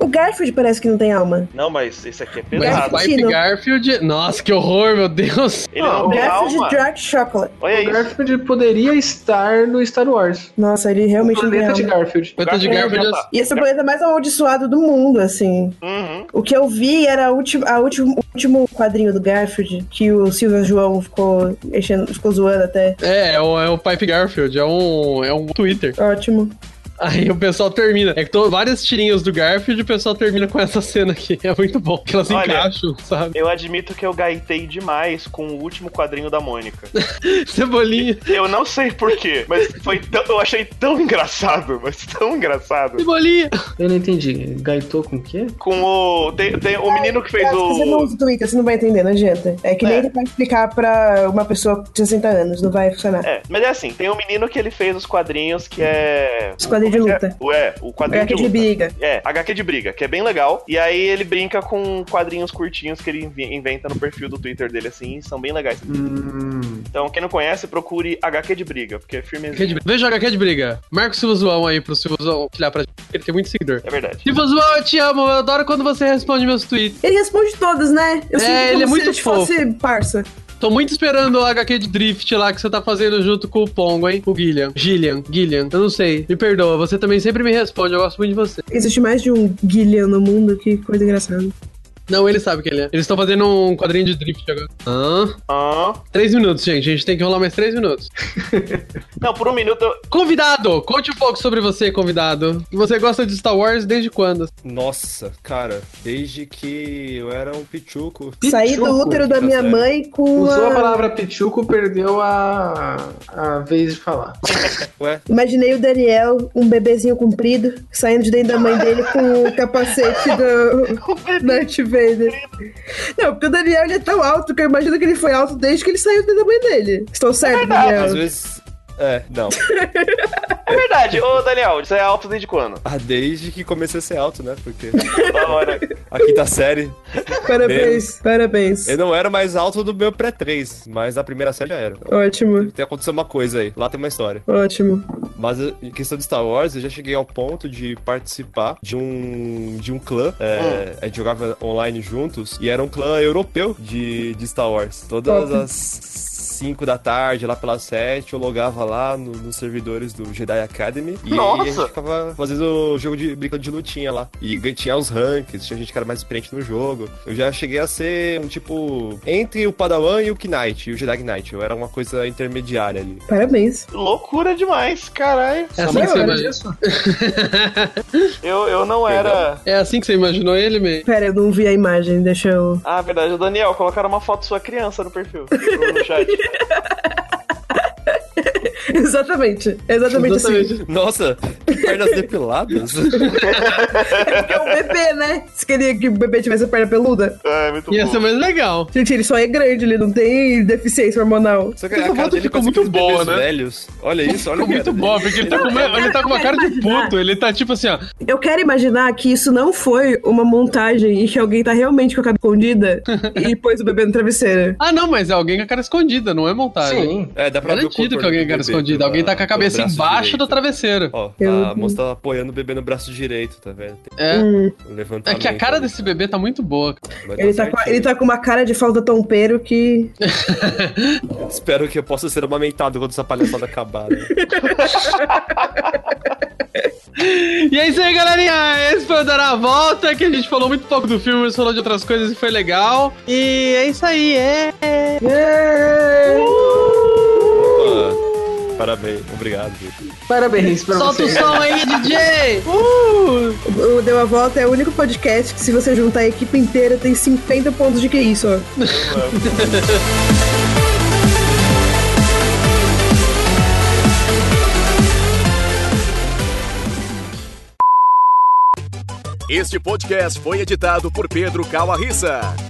Speaker 3: O Garfield parece que não tem alma.
Speaker 5: Não, mas esse aqui é
Speaker 1: Mas
Speaker 5: pesado.
Speaker 1: o Pipe
Speaker 3: Garfield.
Speaker 1: Garfield. Nossa, que horror, meu Deus.
Speaker 5: Ele não,
Speaker 2: Não,
Speaker 5: tem
Speaker 3: Garfield
Speaker 5: alma.
Speaker 3: Dark Chocolate.
Speaker 5: Olha
Speaker 2: o
Speaker 5: É isso.
Speaker 2: Garfield poderia estar no Star Wars.
Speaker 3: Nossa, ele
Speaker 2: O
Speaker 3: realmente não tem
Speaker 2: planeta de
Speaker 3: alma.
Speaker 2: Garfield.
Speaker 1: Eu tô de
Speaker 5: Garfield
Speaker 1: Garfield.
Speaker 5: já
Speaker 1: assim.
Speaker 5: tá.
Speaker 3: E esse é o planeta mais amaldiçoado do mundo, assim.
Speaker 5: Uhum.
Speaker 3: O que eu vi era a última, a última, o último quadrinho do Garfield, que o Silvio João ficou, enchendo, ficou zoando até.
Speaker 1: É, é o, é o Pipe Garfield. É um, é um Twitter.
Speaker 3: Ótimo.
Speaker 1: Aí o pessoal termina. É que tô, várias tirinhas do Garfield e o pessoal termina com essa cena aqui. É muito bom. Que elas
Speaker 5: Olha.
Speaker 1: encaixam, sabe?
Speaker 5: Eu admito que eu gaitei demais com o último quadrinho da Mônica.
Speaker 1: Cebolinha.
Speaker 5: Eu não sei porquê, mas foi tão, eu achei tão engraçado, mas tão engraçado.
Speaker 1: Cebolinha.
Speaker 2: Eu não entendi. Gaitou com o quê?
Speaker 5: Com o. Tem, tem o menino que fez
Speaker 3: Mas Você não
Speaker 5: o.
Speaker 3: usa o Twitter, você não vai entender, não adianta. É que
Speaker 5: É.
Speaker 3: nem vai explicar pra uma pessoa de 60 anos, não vai funcionar.
Speaker 5: É, mas é assim, tem um menino que ele fez os quadrinhos que é.
Speaker 3: Os quadrinhos HQ de luta.
Speaker 5: Ué, o quadrinho
Speaker 3: HQ
Speaker 5: de
Speaker 3: de
Speaker 5: luta.
Speaker 3: briga.
Speaker 5: É, HQ de briga, que é bem legal. E aí ele brinca com quadrinhos curtinhos que ele invi- inventa no perfil do Twitter dele, assim, e são bem legais.
Speaker 2: Hum,
Speaker 5: Então, quem não conhece, procure HQ de briga, porque é
Speaker 1: HQ de
Speaker 5: firmezinho.
Speaker 1: briga. Veja o HQ de briga. Marca o Silva Zoão aí pro Silva Zoão olhar pra gente. Ele tem muito seguidor.
Speaker 5: É verdade.
Speaker 1: Silva Zoão, eu te amo. Eu adoro quando você responde meus tweets.
Speaker 3: Ele responde todas, né? Eu
Speaker 1: É, ele é
Speaker 3: como
Speaker 1: muito
Speaker 3: se fosse parça.
Speaker 1: Tô muito esperando o HQ de Drift lá que você tá fazendo junto com o Pongo, hein? O Guilherme. Gillian. Gillian. Eu não sei. Me perdoa. Você também sempre me responde. Eu gosto muito de você.
Speaker 3: Existe mais de um Guilherme no mundo, que coisa engraçada.
Speaker 1: Não, ele sabe quem ele é. Eles estão fazendo um quadrinho de Drift agora. Hã?
Speaker 5: Ah.
Speaker 1: Três minutos, gente. A gente tem que rolar mais três minutos.
Speaker 5: Não, por um minuto. eu-
Speaker 1: Convidado! Conte um pouco sobre você, convidado. Você gosta de Star Wars desde quando?
Speaker 4: Nossa, cara, desde que eu era um pichuco.
Speaker 3: Saí do
Speaker 2: Pichuco,
Speaker 3: útero da
Speaker 4: tá
Speaker 3: minha
Speaker 4: certo.
Speaker 3: mãe com
Speaker 2: usou a
Speaker 3: a...
Speaker 2: palavra pichuco, perdeu a, a vez de falar.
Speaker 4: Ué,
Speaker 3: Imaginei o Daniel, um bebezinho comprido, saindo de dentro da mãe dele com o capacete do Darth Vader. Não, porque o Daniel ele é tão alto que eu imagino que ele foi alto desde que ele saiu de dentro da mãe dele. Estou
Speaker 4: É
Speaker 3: certo,
Speaker 4: às
Speaker 3: Daniel?
Speaker 4: vezes. É, não.
Speaker 5: É verdade. Ô, Daniel, você é alto desde quando? Tá
Speaker 4: Ah, desde que comecei a ser alto, né? Porque
Speaker 5: Da hora.
Speaker 4: a quinta série.
Speaker 3: Parabéns, parabéns.
Speaker 4: Eu não era mais alto do meu pré-3, mas na primeira série já era.
Speaker 3: Ótimo,
Speaker 4: Tem acontecido uma coisa aí, lá tem uma história.
Speaker 3: ótimo.
Speaker 4: Mas eh, em questão de Star Wars, eu já cheguei ao ponto de participar de um de um clã. É, A gente jogava online juntos e era um clã europeu de, de Star Wars. Todas
Speaker 3: Top.
Speaker 4: as 5 da tarde, lá pelas 7, eu logava lá no- nos servidores do Jedi Academy. E
Speaker 5: Nossa!
Speaker 4: a gente ficava fazendo o jogo de brincando de lutinha lá. E gan- tinha os ranks, tinha gente que era mais experiente no jogo. Eu já cheguei a ser um tipo. Entre o Padawan e o Knight, e o Jedi Knight. Eu era uma coisa intermediária ali.
Speaker 3: Parabéns.
Speaker 5: Loucura demais, caralho.
Speaker 1: É assim
Speaker 2: Sua
Speaker 1: que você
Speaker 2: mãe era
Speaker 1: imagina.
Speaker 2: disso?
Speaker 5: Eu, eu não era.
Speaker 1: É assim que você imaginou ele, man?
Speaker 3: Pera, eu não vi a imagem, deixa eu.
Speaker 5: Ah, verdade. O Daniel, colocaram uma foto sua criança no perfil. No chat.
Speaker 3: Exatamente, exatamente, assim.
Speaker 4: Nossa, que pernas depiladas.
Speaker 3: É um bebê, né? Você queria que o bebê tivesse a perna peluda?
Speaker 5: É, muito
Speaker 1: Ia
Speaker 5: bom.
Speaker 1: ser mais legal.
Speaker 3: Gente, ele só é grande, ele não tem deficiência hormonal.
Speaker 4: Só que
Speaker 1: Essa
Speaker 4: a cara
Speaker 1: foto
Speaker 4: dele
Speaker 1: ficou
Speaker 4: parece
Speaker 1: muito
Speaker 4: aqueles bebês
Speaker 1: boa, né?
Speaker 4: velhos. Olha isso, olha
Speaker 1: Ficou
Speaker 4: o cara
Speaker 1: muito
Speaker 4: dele.
Speaker 1: bom, porque ele tá, com uma, ele tá com uma cara de puto. Ele tá tipo assim, ó.
Speaker 3: Eu quero imaginar que isso não foi uma montagem e que alguém tá realmente com a cabeça escondida e pôs o bebê no travesseiro.
Speaker 1: Ah, não, mas é alguém com a cara escondida, não é montagem.
Speaker 2: Sim.
Speaker 4: É, dá pra ver o
Speaker 1: Garantido
Speaker 4: contorno
Speaker 1: que alguém
Speaker 4: do
Speaker 1: com a cara
Speaker 4: bebê
Speaker 1: escondida.
Speaker 4: pela-
Speaker 1: Alguém tá com a
Speaker 4: pelo
Speaker 1: cabeça
Speaker 4: braço
Speaker 1: embaixo
Speaker 4: direito.
Speaker 1: do travesseiro.
Speaker 4: Ó,
Speaker 3: Eu
Speaker 4: a
Speaker 3: vi.
Speaker 4: moça tá apoiando o bebê no braço direito, tá vendo? Tem
Speaker 1: É.
Speaker 3: Hum,
Speaker 4: um
Speaker 1: É
Speaker 4: levantamento.
Speaker 1: que a cara desse bebê tá muito boa.
Speaker 4: Mas
Speaker 3: ele, tá com,
Speaker 4: certinho.
Speaker 3: ele tá com uma cara de falta tompeiro que.
Speaker 4: Espero que eu possa ser amamentado quando essa palhaçada acabar. né?
Speaker 1: E é isso aí, galerinha. Esse foi o Dar a Volta, que a gente falou muito pouco do filme, mas falou de outras coisas e foi legal. E é isso aí, é.
Speaker 4: Opa, Parabéns, obrigado. gente.
Speaker 2: Parabéns pra
Speaker 1: Solta o
Speaker 2: você.
Speaker 1: som aí, DJ! Uh!
Speaker 3: O Deu a Volta é o único podcast que, se você juntar a equipe inteira, tem 50 pontos de QI só.
Speaker 6: Este podcast foi editado por Pedro Calarissa.